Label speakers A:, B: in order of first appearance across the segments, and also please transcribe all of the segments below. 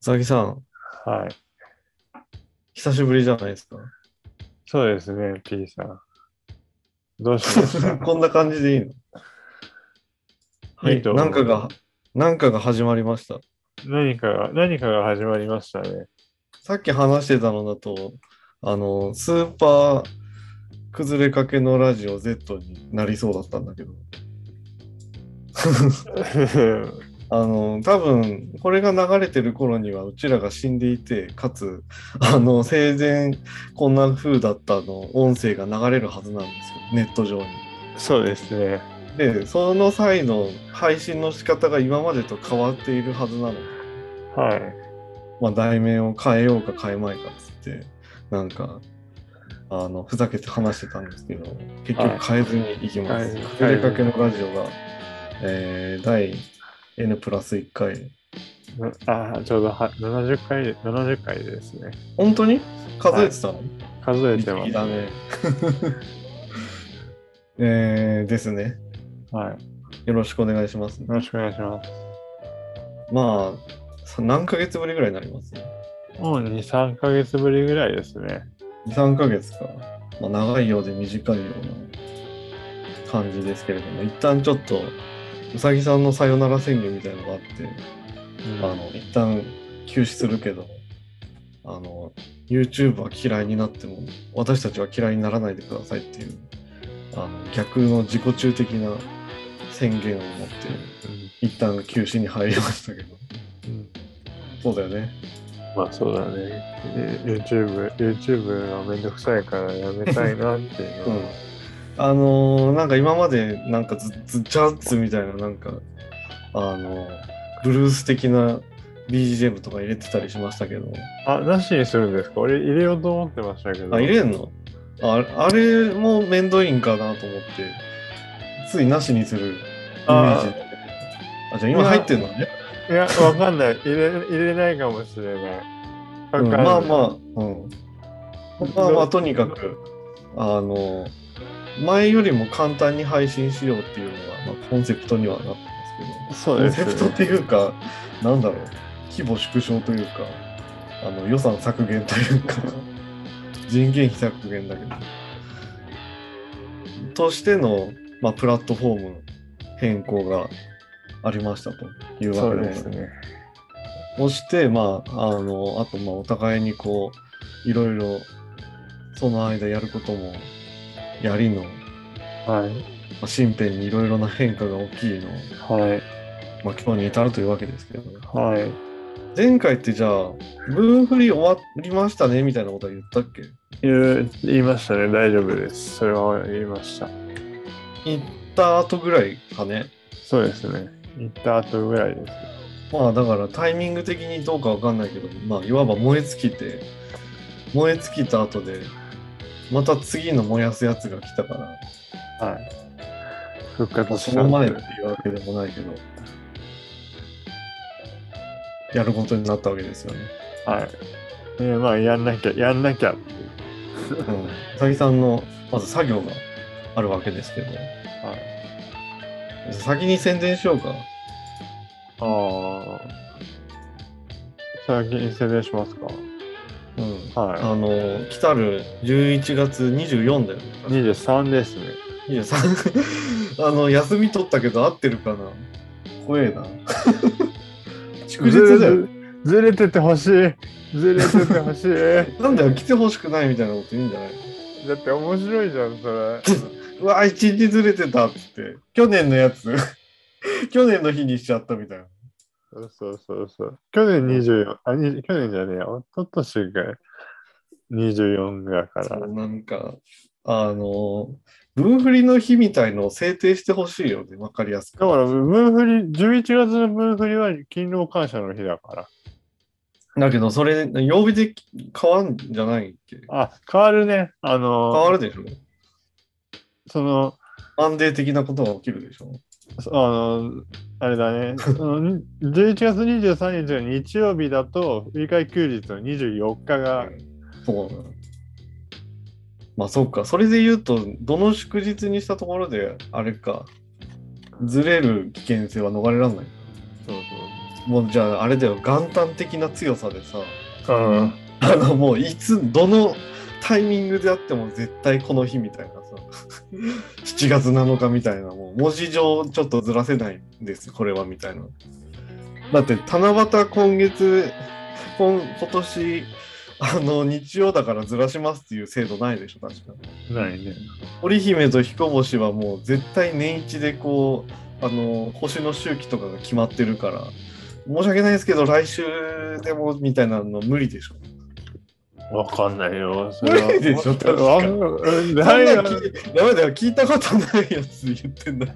A: ザギさん、
B: はい。
A: 久しぶりじゃないですか。
B: そうですね、P さん。どうしま した
A: こんな感じでいいのはい
B: いいと思う
A: なんかが、なんかが始まりました。
B: 何かが、何かが始まりましたね。
A: さっき話してたのだと、あの、スーパー崩れかけのラジオ Z になりそうだったんだけど。あの、多分、これが流れてる頃には、うちらが死んでいて、かつ、あの、生前、こんな風だったの音声が流れるはずなんですよ。ネット上に。
B: そうですね。
A: で、その際の配信の仕方が今までと変わっているはずなの。
B: はい。
A: まあ、題名を変えようか変えまいかっつって、なんか、あの、ふざけて話してたんですけど、結局変えずにいきます。
B: はい
A: 崩れかけのラジオが、えー、第 N プラス1回。
B: なあ、ちょうどは70回で、70回ですね。
A: 本当に数えてたの、
B: 数え
A: 見
B: て
A: 過
B: ま
A: ぎ
B: す。
A: だね。 えー、ですね。
B: はい。よ
A: よろしくお願いします。
B: ろしくお願いします。
A: まあ、さ何ヶ月ぶりぐらいになります
B: もう2、3ヶ月ぶりぐらいですね。
A: 2、3ヶ月か。まあ、長いようで短いような感じですけれども、一旦ちょっと、うさぎさんのさよなら宣言みたいのがあって、
B: うん
A: あの、一旦休止するけど、あの、YouTube は嫌いになっても、私たちは嫌いにならないでくださいっていう、あの、逆の自己中的な宣言を持って、一旦休止に入りましたけど、
B: うんうん
A: そうだよね。
B: まあそうだね。YouTube、YouTube がめんどくさいからやめたいなっていうのは。
A: あのーなんか今までなんかずずジャズみたいななんかあのーブルース的な BGM とか入れてたりしましたけど
B: あ、なしにするんですか俺入れようと思ってましたけど。
A: あ入れんのああれも面倒いんかなと思ってついなしにするイメージ
B: あ
A: あじゃあ今入ってんのね、
B: いや、わかんない。入れ入れないかもしれない。わか
A: うんん
B: な
A: ま
B: い
A: あまあ、うん、まあまあとにかくあのー前よりも簡単に配信しようっていうのが、まあ、コンセプトにはなってますけど
B: そう
A: コ
B: で
A: ン
B: す、
A: セプトっていうか、なんだろう、規模縮小というか、あの予算削減というか、人件費削減だけど、としての、まあ、プラットフォーム変更がありましたという
B: そ
A: わ
B: う
A: けで
B: ですす。ね。
A: そして、まあ、あの、あと、まあ、お互いにこう、いろいろ、その間やることも、やりの、ま
B: はい。
A: あ、身辺にいろいろな変化が大きいのを、
B: はい。
A: まあ、今日に至るというわけですけど、
B: はい。
A: 前回ってじゃあ、ムーンフリー終わりましたねみたいなことは言ったっけ
B: 言う言いましたね。大丈夫です。それは言いました。
A: 言った後ぐらいかね。
B: そうですね。行った後ぐらいです。
A: まあだからタイミング的にどうかわかんないけど、まあいわば燃え尽きて、燃え尽きた後で、また次の燃やすやつが来たから、
B: はい。復
A: まあ
B: 活し
A: そ
B: た
A: の
B: ん
A: 前
B: で
A: っていうわけでもないけど、やることになったわけですよね。
B: はい。えまあ、やんなきゃ、やんなきゃっていう。
A: うん。うさぎさんの、まず作業があるわけですけど、
B: はい。
A: 先に宣伝しようか。
B: ああ。最近宣伝しますか
A: うん。
B: は
A: あの、来たる11月24だよね。
B: い。23ですね。
A: 23 あの、休み取ったけど合ってるかな怖えな。 祝
B: ずれ
A: 日
B: て
A: だよ。
B: ずれててほしい。ずれててほしい。
A: なんだよ、来てほしくないみたいなこと言うんじゃない
B: だって面白いじゃん、それ。
A: うわ、1日ずれてたっつって。去年のやつ。 去年の日にしちゃったみたいな。
B: そうそうそうそう。去年24、あ、に去年じゃねえや、おととしが24だか
A: そ
B: ら。
A: うなんか、あの、分振りの日みたいのを制定してほしいよね、わかりやすく。
B: だから、分振り、11月の分振りは勤労感謝の日だから。
A: だけど、それ、曜日で変わんじゃないっけ
B: あ、変わるね。あの、
A: 変わるでしょ
B: その、
A: マンデー的なことが起きるでしょ
B: そあの、あれだね。そのに11月23日の日曜日だと、振り替え休日の24日が
A: そうなのまあそっか、それで言うと、どの祝日にしたところで、あれか、ずれる危険性は逃れられない。
B: そう
A: もうじゃああれだよ元旦的な強さでさ
B: うん。
A: あの もういつどのタイミングであっても絶対この日みたいなさ7月7日みたいなもう文字上ちょっとずらせないんですこれはみたいなだって七夕今月今今年あの日曜だからずらしますっていう制度ないでしょ確か
B: ないね。
A: 織姫と彦星はもう絶対年一でこうあの星の周期とかが決まってるから申し訳ないですけど来週でもみたいなの無理でしょ
B: わかんないよ。そ
A: 無理でしょ確か
B: わんう
A: そ
B: んなんい
A: な
B: よ
A: ん聞いダメだよ聞いたことないやつ言ってんだか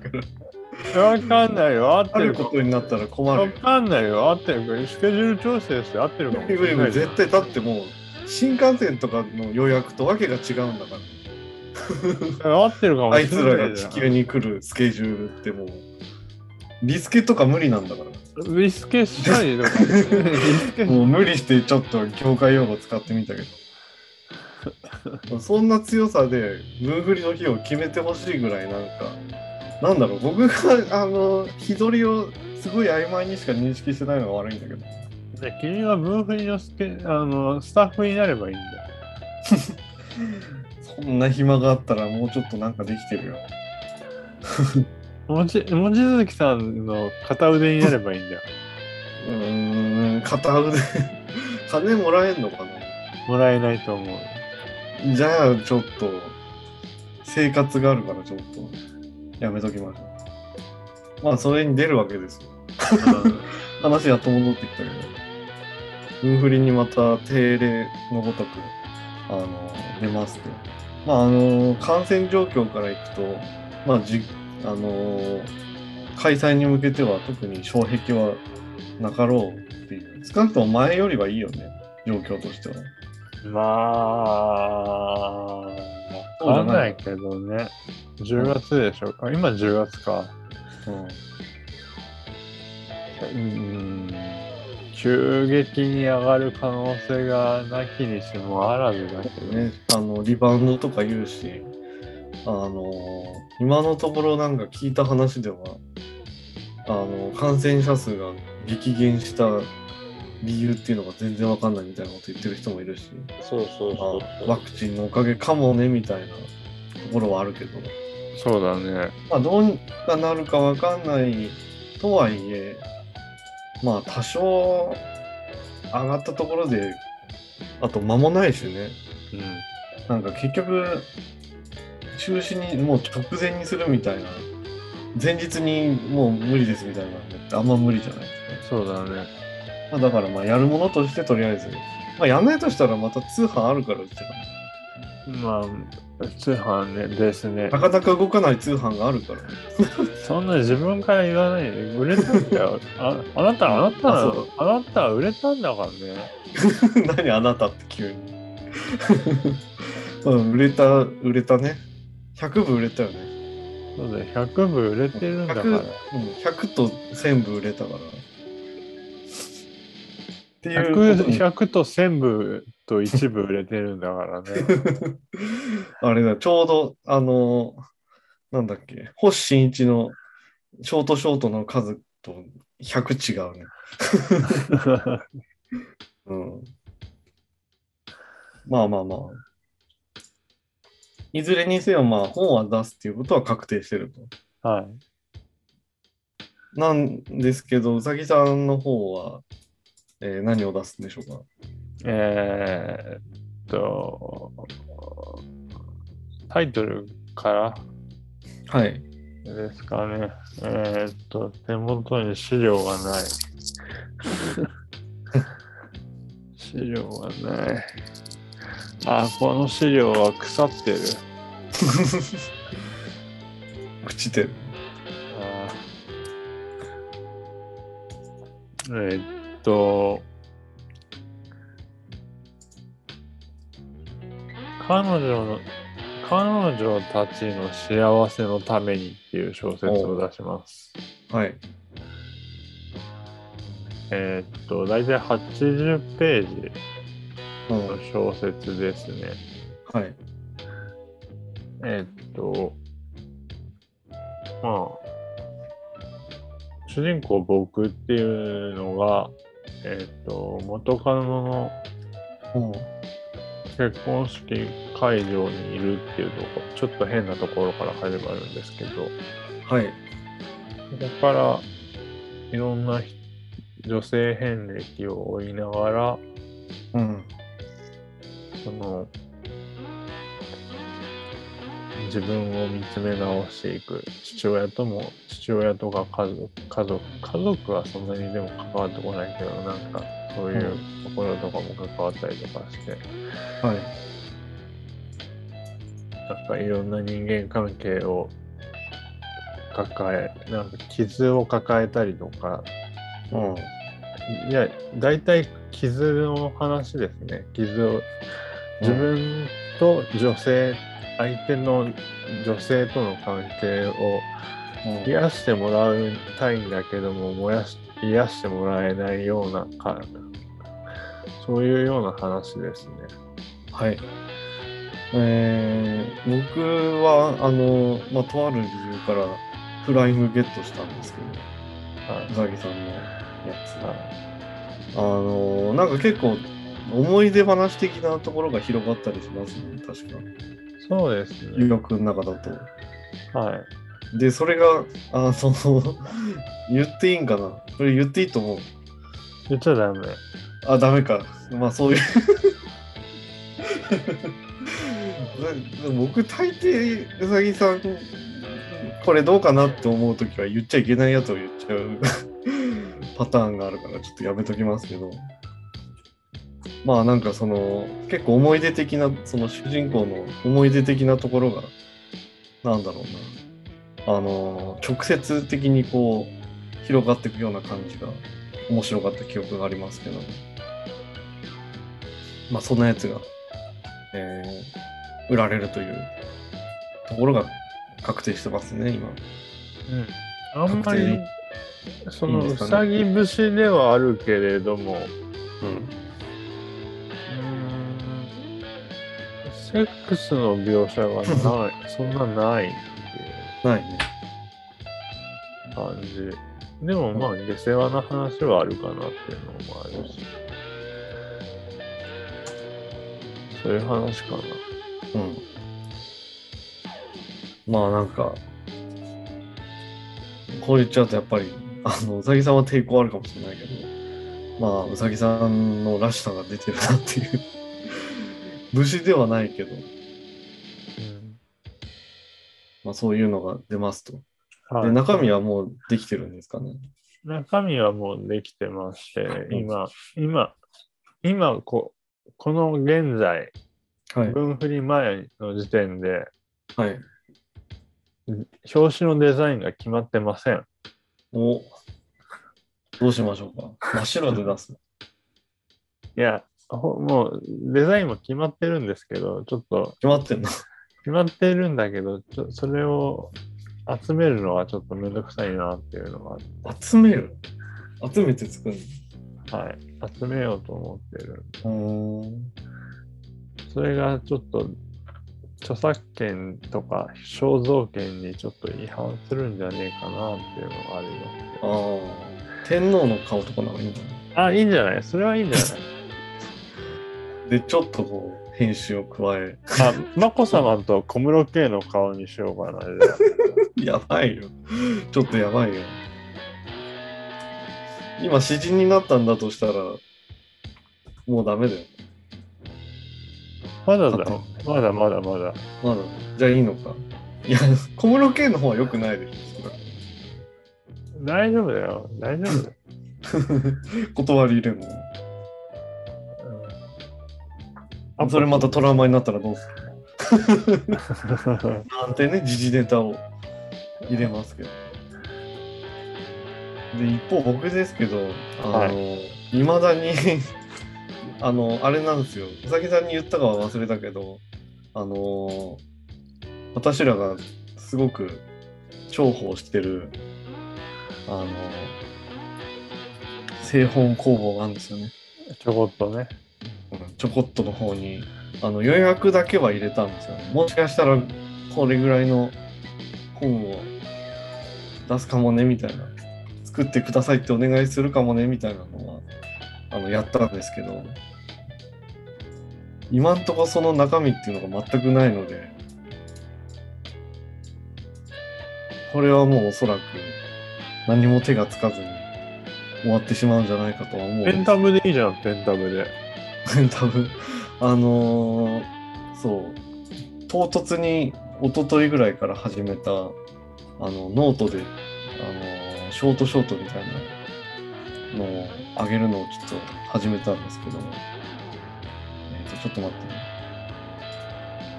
A: ら
B: わかんないよ。合って
A: ある
B: る
A: こ
B: か。
A: とになったら困
B: わ
A: るよ
B: かんないよ。合ってるか。スケジュール調整して合ってるかもし
A: 無理
B: れ
A: 無
B: な
A: 理
B: いじゃん。
A: 絶対だってもう新幹線とかの予約とわけが違うんだか
B: 合ってるからも
A: あ
B: し
A: いつ
B: れ
A: ら
B: な
A: が
B: いじゃん
A: 地球に来るスケジュールってもうリスケとか無理なんだから
B: リスケしたいとか。リスケ
A: もう無理してちょっと業界用語使ってみたけどそんな強さでムーフリの日を決めてほしいぐらいなんかなんだろう僕があの日取りをすごい曖昧にしか認識してないのが悪いんだけど
B: で君はムーフリのスケあのスタッフになればいいんだよ。
A: そんな暇があったらもうちょっとなんかできてるよ。
B: もち望月さんの片腕になればいいんだよ。
A: うーん、片腕。 金もらえんのか
B: もらえないと思う。
A: なじゃあちょっと、生活があるからちょっと、やめときましょう。まあそれに出るわけですよ。話やっと戻ってきたけど。ムーフリにまた定例のごとく、あの、出ますと。まああの、感染状況からいくと、まあじ、あの、開催に向けては特に障壁はなかろうっていう。少なくとも前よりはいいよね、状況としては。
B: まあ、わかんないけどね。10月でしょうか。今10月か。
A: うん
B: うーん。急激に上がる可能性がなきにしもあらずだけどね。
A: ね、あのリバウンドとか言うし、あの今のところなんか聞いた話では、あの感染者数が激減した理由っていうのが全然わかんないみたいなこと言ってる人もいるし、
B: そうそ
A: まあ、ワクチンのおかげかもねみたいなところはあるけど、
B: そうだね。
A: まあ、どうにかなるかわかんないとはいえ、まあ多少上がったところで、あと間もないしね。
B: うん。
A: なんか結局、中止にもう直前にするみたいな、前日にもう無理ですみたいなのってあんま無理じゃないです
B: そうだね。
A: か。まあ、だからまあやるものとしてとりあえず、まあ、やんないとしたらまた通販あるからうちら
B: まあ、通販ねですね
A: な。かなか動かない通販があるから。
B: そんな自分から言わないで、売れたんだよ。ああなた、あなた
A: あそう、
B: あなたは売れたんだからね。
A: 何あなたって急に。 うん売れた、売れたね。100部売れたよね。
B: そうだよ、100部売れてるんだから。
A: 100, うん100と1000部売れたから。っていうこと
B: 100
A: に
B: 100と1000部と1部売れてるんだからね。
A: あれだ、ちょうど、あのーなんだっけ、星新一のショートショートの数と100違うね。 うん。まあまあまあ。いずれにせよ、まあ、本は出すっていうことは確定してると。
B: はい。
A: なんですけど、うさぎさんの方は、えー何を出すんでしょうか。
B: えー、っと、タイトルから
A: はい。
B: ですかね。えー、っと、手元に資料がない。 資料がない。あ、この資料は腐ってる。
A: 朽ちてる。
B: あーえーっと、彼女の、彼女たちの幸せのためにっていう小説を出します。
A: はい。
B: えーっと、大体80ページ
A: うん。
B: の小説ですね。
A: はい。
B: えーっと、まあ、主人公僕っていうのが、えっ、と、元カノの
A: うん
B: 結婚式会場にいるっていうとこちょっと変なところから始まるんですけど、こ
A: はい。
B: こからいろんな人女性遍歴を追いながら、
A: うん。
B: その、自分を見つめ直していく父親とも父親とか家族家族家族はそんなにでも関わってこないけどなんかそういうところとかも関わったりとかして、
A: はい。
B: なんかいろんな人間関係を抱えなんか傷を抱えたりとか
A: うん。
B: いや大体傷の話ですね傷を自分と女性、相手の女性との関係を
A: うん、
B: 癒してもらいたいんだけども燃やし癒してもらえないようなかそういうような話ですね。
A: はい。えー、僕は、あの、まあ、とある理由からフライングゲットしたんですけど、
B: は
A: う
B: い
A: さぎさんのやつ。あ
B: は
A: の、なんか結構、思い出話的なところが広がったりしますね、確か。
B: いそうです
A: 留
B: ね。
A: 学の中だと。
B: はい。
A: で、それが、あその、 言っていいんかなそれ言っていいと思う。
B: 言っちゃダメ。
A: あ、ダメか。まあそういうな。僕、大抵、うさぎさん、これどうかなって思うときは言っちゃいけないやつを言っちゃうパターンがあるから、ちょっとやめときますけど。まあなんかその、結構思い出的な、その主人公の思い出的なところが、なんだろうな。あの、直接的にこう、広がっていくような感じが面白かった記憶がありますけど、まあそんなやつが、えー売られるというところが確定してますね、今。
B: うん。あんまり
A: 確、
B: そ
A: いい
B: の
A: ん
B: う
A: ですかね
B: さぎ節ではあるけれども、
A: うん。
B: うーんセックスの描写がない、そんなないっていう。
A: ないね。
B: 感じ。でもまあ、下世話な話はあるかなっていうのもあるし。そういう話かな。
A: うん。まあなんか、こう言っちゃうとやっぱり、あの、うさぎさんは抵抗あるかもしれないけど、まあ、うさぎさんのらしさが出てるなっていう。無事ではないけど、まあそういうのが出ますと。
B: は
A: で
B: い
A: 中身はもうできてるんですかね。
B: 中身はもうできてまして、
A: ん
B: 今、今、今こ、この現在、
A: はい。
B: 文振り前の時点で、
A: はい。
B: 表紙のデザインが決まってません。
A: おどうしましょうか。真っ白で出す。
B: いや、ほもうデザインも決まってるんですけど、ちょっと
A: 決まってんの。
B: 決まってるんだけど、ちょそれを集めるのはちょっとめんどくさいなっていうのがあっ
A: 集める集めて作る
B: て、はい、集めようと思ってる。
A: の。うん。
B: それがちょっと著作権とか肖像権にちょっと違反するんじゃねえかなっていうのがあるよ。
A: ああ。天皇の顔とかなんかいいんだね。
B: あ、いいんじゃないそれはいいんじゃない
A: で、ちょっとこう、編集を加え。
B: あ、眞子さまと小室圭の顔にしようかな。じゃ
A: や
B: あ
A: ばいよ。ちょっとやばいよ。今、詩人になったんだとしたら、もうダメだよ。
B: まだだ
A: あと。
B: まだまだまだ。
A: まだ、じゃあいいのか。いや、小室圭の方は良くないでしょ。
B: 大丈夫だよ。大丈夫だよ。
A: 断り入れるの。
B: うん
A: それまたトラウマになったらどうする
B: は
A: なんてね、時事ネタを入れますけど。で、一方、僕ですけど、あの、いまだに、 あの、あれなんですよ。うさぎさんに言ったかは忘れたけど、あの、私らがすごく重宝してる、あの、製本工房があるんですよね。
B: いちょこっとね。
A: うんちょこっとの方にあの予約だけは入れたんですよ。もしかしたらこれぐらいの本を出すかもねみたいな作ってくださいってお願いするかもねみたいなのはあのやったんですけど今んとこその中身っていうのが全くないのでこれはもうおそらく何も手がつかずに終わってしまうんじゃないかとは思うんです
B: ペンタブでいいじゃん、ペンタブで。
A: 多分あのーそう唐突に一昨日ぐらいから始めたあのノートで、あのーショートショートみたいなのを上げるのをちょっと始めたんですけど、えー、とちょっと待っ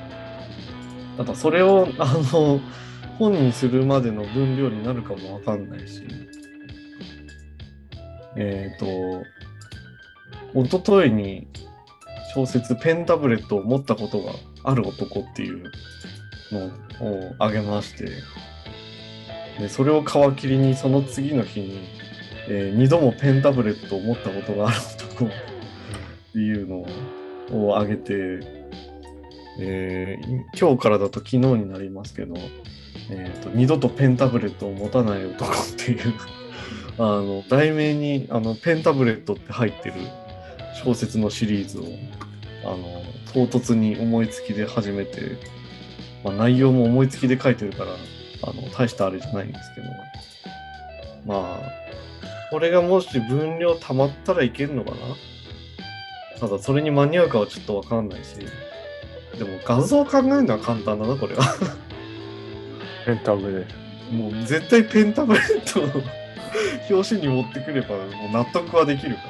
A: てねなんかそれをあの本にするまでの分量になるかもわかんないしえっ、と一昨日に小説「ペンタブレットを持ったことがある男」っていうのをあげましてでそれを皮切りにその次の日に、え2度もペンタブレットを持ったことがある男っていうのをあげて、えー今日からだと昨日になりますけど、えーと二度とペンタブレットを持たない男っていう あの題名にあのペンタブレットって入ってる小説のシリーズをあの唐突に思いつきで始めて、まあ、内容も思いつきで書いてるからあの大したあれじゃないんですけどまあこれがもし分量溜まったらいけるのかなただそれに間に合うかはちょっとわかんないしでも画像考えるのは簡単だなこれは
B: ペンタブで。
A: もう絶対ペンタブレットを 表紙に持ってくればもう納得はできるか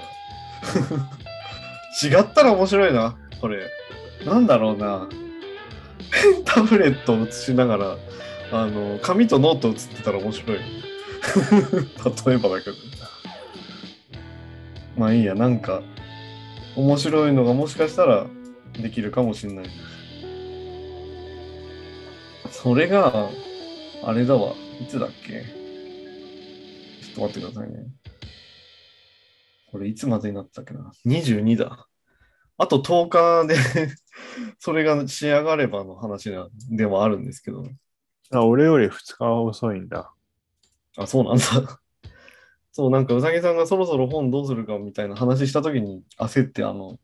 A: ら 違ったら面白いな、これ。なんだろうな。ペンタブレットを写しながら、あの、紙とノート写ってたら面白い。 例えばだけど。まあいいや、なんか、面白いのがもしかしたらできるかもしれない。それが、あれだわ。いつだっけちょっと待ってくださいね。これいつまでになったっけな ?22 だ。あと10日で、 それが仕上がればの話なでもあるんですけど。
B: あ、俺より2日は遅いんだ。
A: あ、そうなんだ。 そう、なんかうさぎさんがそろそろ本どうするかみたいな話したときに焦って、あの、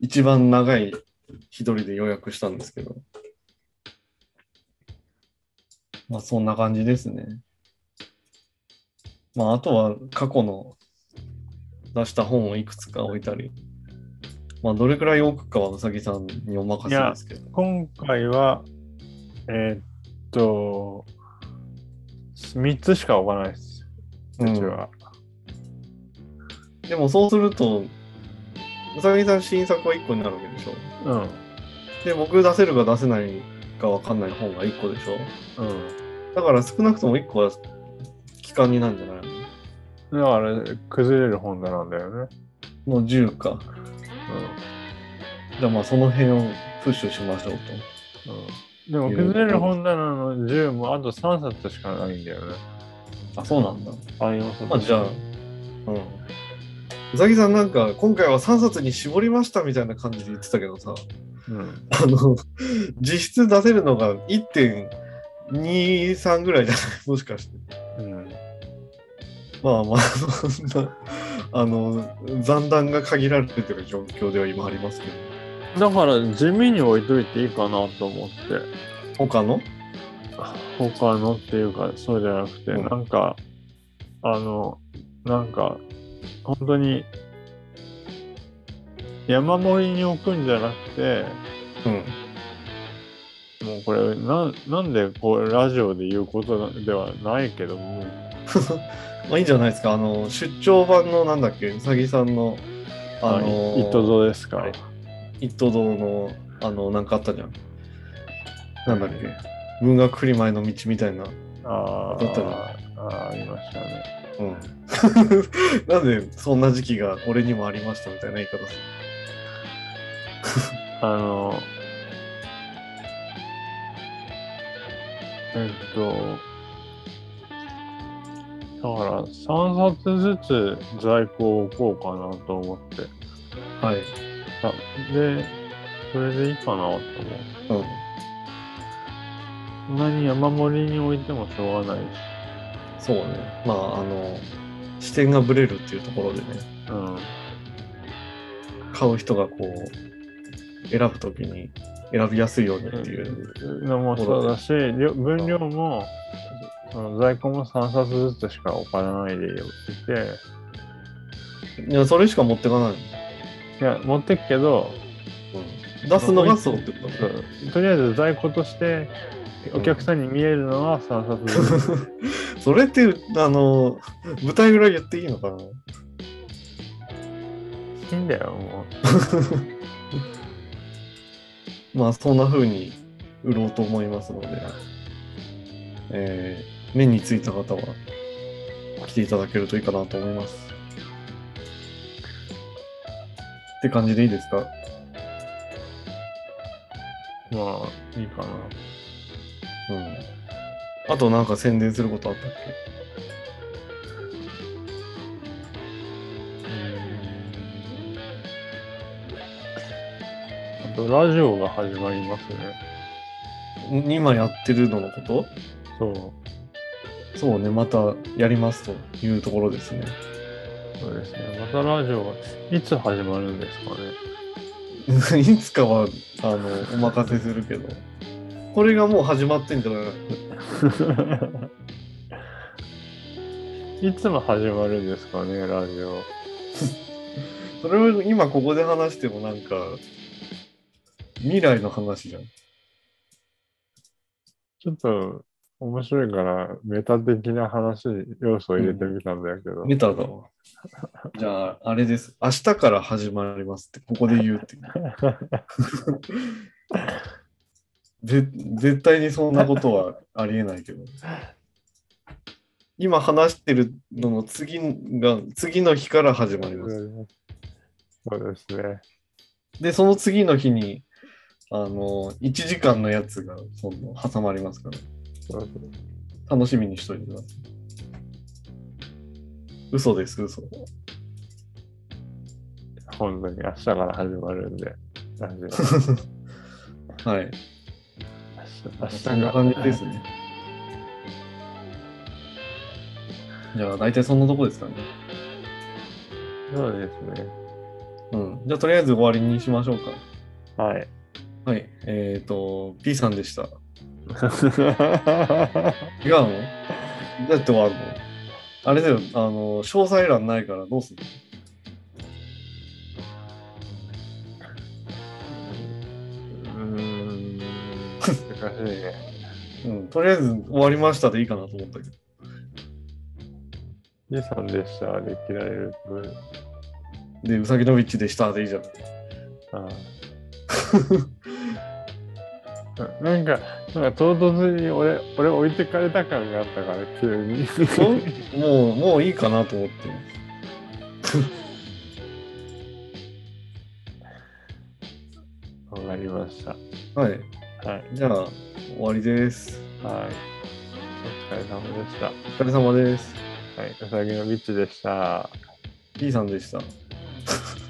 A: 一番長い日取りで予約したんですけど。まあ、そんな感じですね。まあ、あとは過去の出した本をいくつか置いたり、まあ、どれくらい置くかはうさぎさんにお任せですけど。
B: 今回は、えーっと、3つしか置かないです。
A: う
B: うんちは。
A: でもそうすると、うさぎさん新作は1個になるわけでしょ。
B: うん。うん。
A: で、僕出せるか出せないか分かんない本が1個でしょ。だから少なくとも1個は期間になるんじゃない
B: だから、崩れる本棚なんだよね。
A: のの10か。じゃあまあその辺をプッシュしましょう
B: うん。うん、でも、崩れる本棚の10もあと3冊しかないんだよね。
A: と。あ、そうなんだ。
B: あ、4冊。
A: まあじゃあ、うん。うさぎさんなんか今回は3冊に絞りましたみたいな感じで言ってたけどさ、
B: うん。
A: あの、実質出せるのが1.23ぐらいじゃないもしかして。
B: うん。
A: まあまあ、そんな、あの、残弾が限られてる状況では今ありますけど。
B: だから地味に置いといていいかなと思って
A: 他の
B: 他のっていうかそうじゃなくて、
A: うん
B: なんかあのなんか本当に山盛りに置くんじゃなく
A: うん。
B: てもうこれななんでこうラジオで言うことではないけども
A: まあいいんじゃないですか。あの、出張版のなんだっけ、うさぎさんの、あの、
B: 一途堂ですか、
A: はい一都堂の、あの、なんかあったじゃん。なんだっけ、文学フリマへの道みたいな。
B: あ
A: だった
B: ー
A: の
B: あーありましたね
A: うん。なんで、そんな時期が俺にもありましたみたいな言い方する。
B: あのえっと、だから3冊ずつ在庫を置こうかなと思って。
A: はい。
B: あで、それでいいかなと思
A: う
B: う。
A: ん。
B: そんなに山盛りに置いてもしょうがないし。
A: そうね。まあ、あの、視点がぶれるっていうところでね、
B: うん。
A: 買う人がこう、選ぶときに選びやすいようにっていう。
B: のもそうだし、りょ分量も、その在庫も3冊ずつしか置かないでいて、
A: いや、それしか持ってかないの。
B: いや、持ってくけど、
A: 出すのがそうってこと
B: そ
A: だね
B: うとりあえず在庫として、お客さんに見えるのは3冊ずつ。
A: それって、あの、舞台裏言っていいのかない
B: いんだよ、も
A: まあ、そんな風に売ろうと思いますので、えー目についた方は来ていただけるといいかなと思います。って感じでいいですか
B: う。まあ、いいかな。
A: うん。あとなんか宣伝することあったっ
B: あと、ラジオが始まりますね。
A: けん今やってるののこと
B: そう。
A: そうね、またやりますというところですね。
B: そうですね。またラジオが、いつ始まるんですかね。
A: いつかは、あの、お任せするけど。これがもう始まってんじゃない
B: いつも始まるんですかね、ラジオ。
A: それを今ここで話してもなんか、未来の話じゃん。
B: ちょっと面白いから、メタ的な話、要素を入れてみたんだけど、
A: メタだわ。じゃあ、あれです。明日から始まりますって、ここで言うっていう。ぜ絶対にそんなことはありえないけど。今話してるのの次が、次の日から始まります。
B: そうですね。
A: で、その次の日に、あの、1時間のやつが、その、挟まりますから。
B: そう
A: 楽しみにしといてください。嘘です、嘘。
B: 本当に明日から始まるんで、ラジ
A: はい。
B: オ。明日
A: そんな感じですね。じゃあ、大体そんなとこですかね。
B: そうですね。
A: うん。じゃあ、とりあえず終わりにしましょうか。
B: はい。
A: はい。えっ、ー、と、P さんでした。違うのどうやって終わるのあれだよ、あの、詳細欄ないからどうする
B: うーん、難しいね。
A: のうん。とりあえず終わりましたでいいかなと思ったけど。
B: じいさんでしたで切られると、
A: で、うさぎのビッチでしたでいいじゃ ん。
B: ああなんか、なんか唐突に俺、俺置いてかれた感があったから、急に。
A: そうもう、もういいかなと思って。
B: わかりました。
A: はい。
B: はい。
A: じゃあ、終わりです。
B: はい。お疲れ様でした。
A: お疲れ様です。
B: はい。うさぎのビッチでした。
A: P さんでした。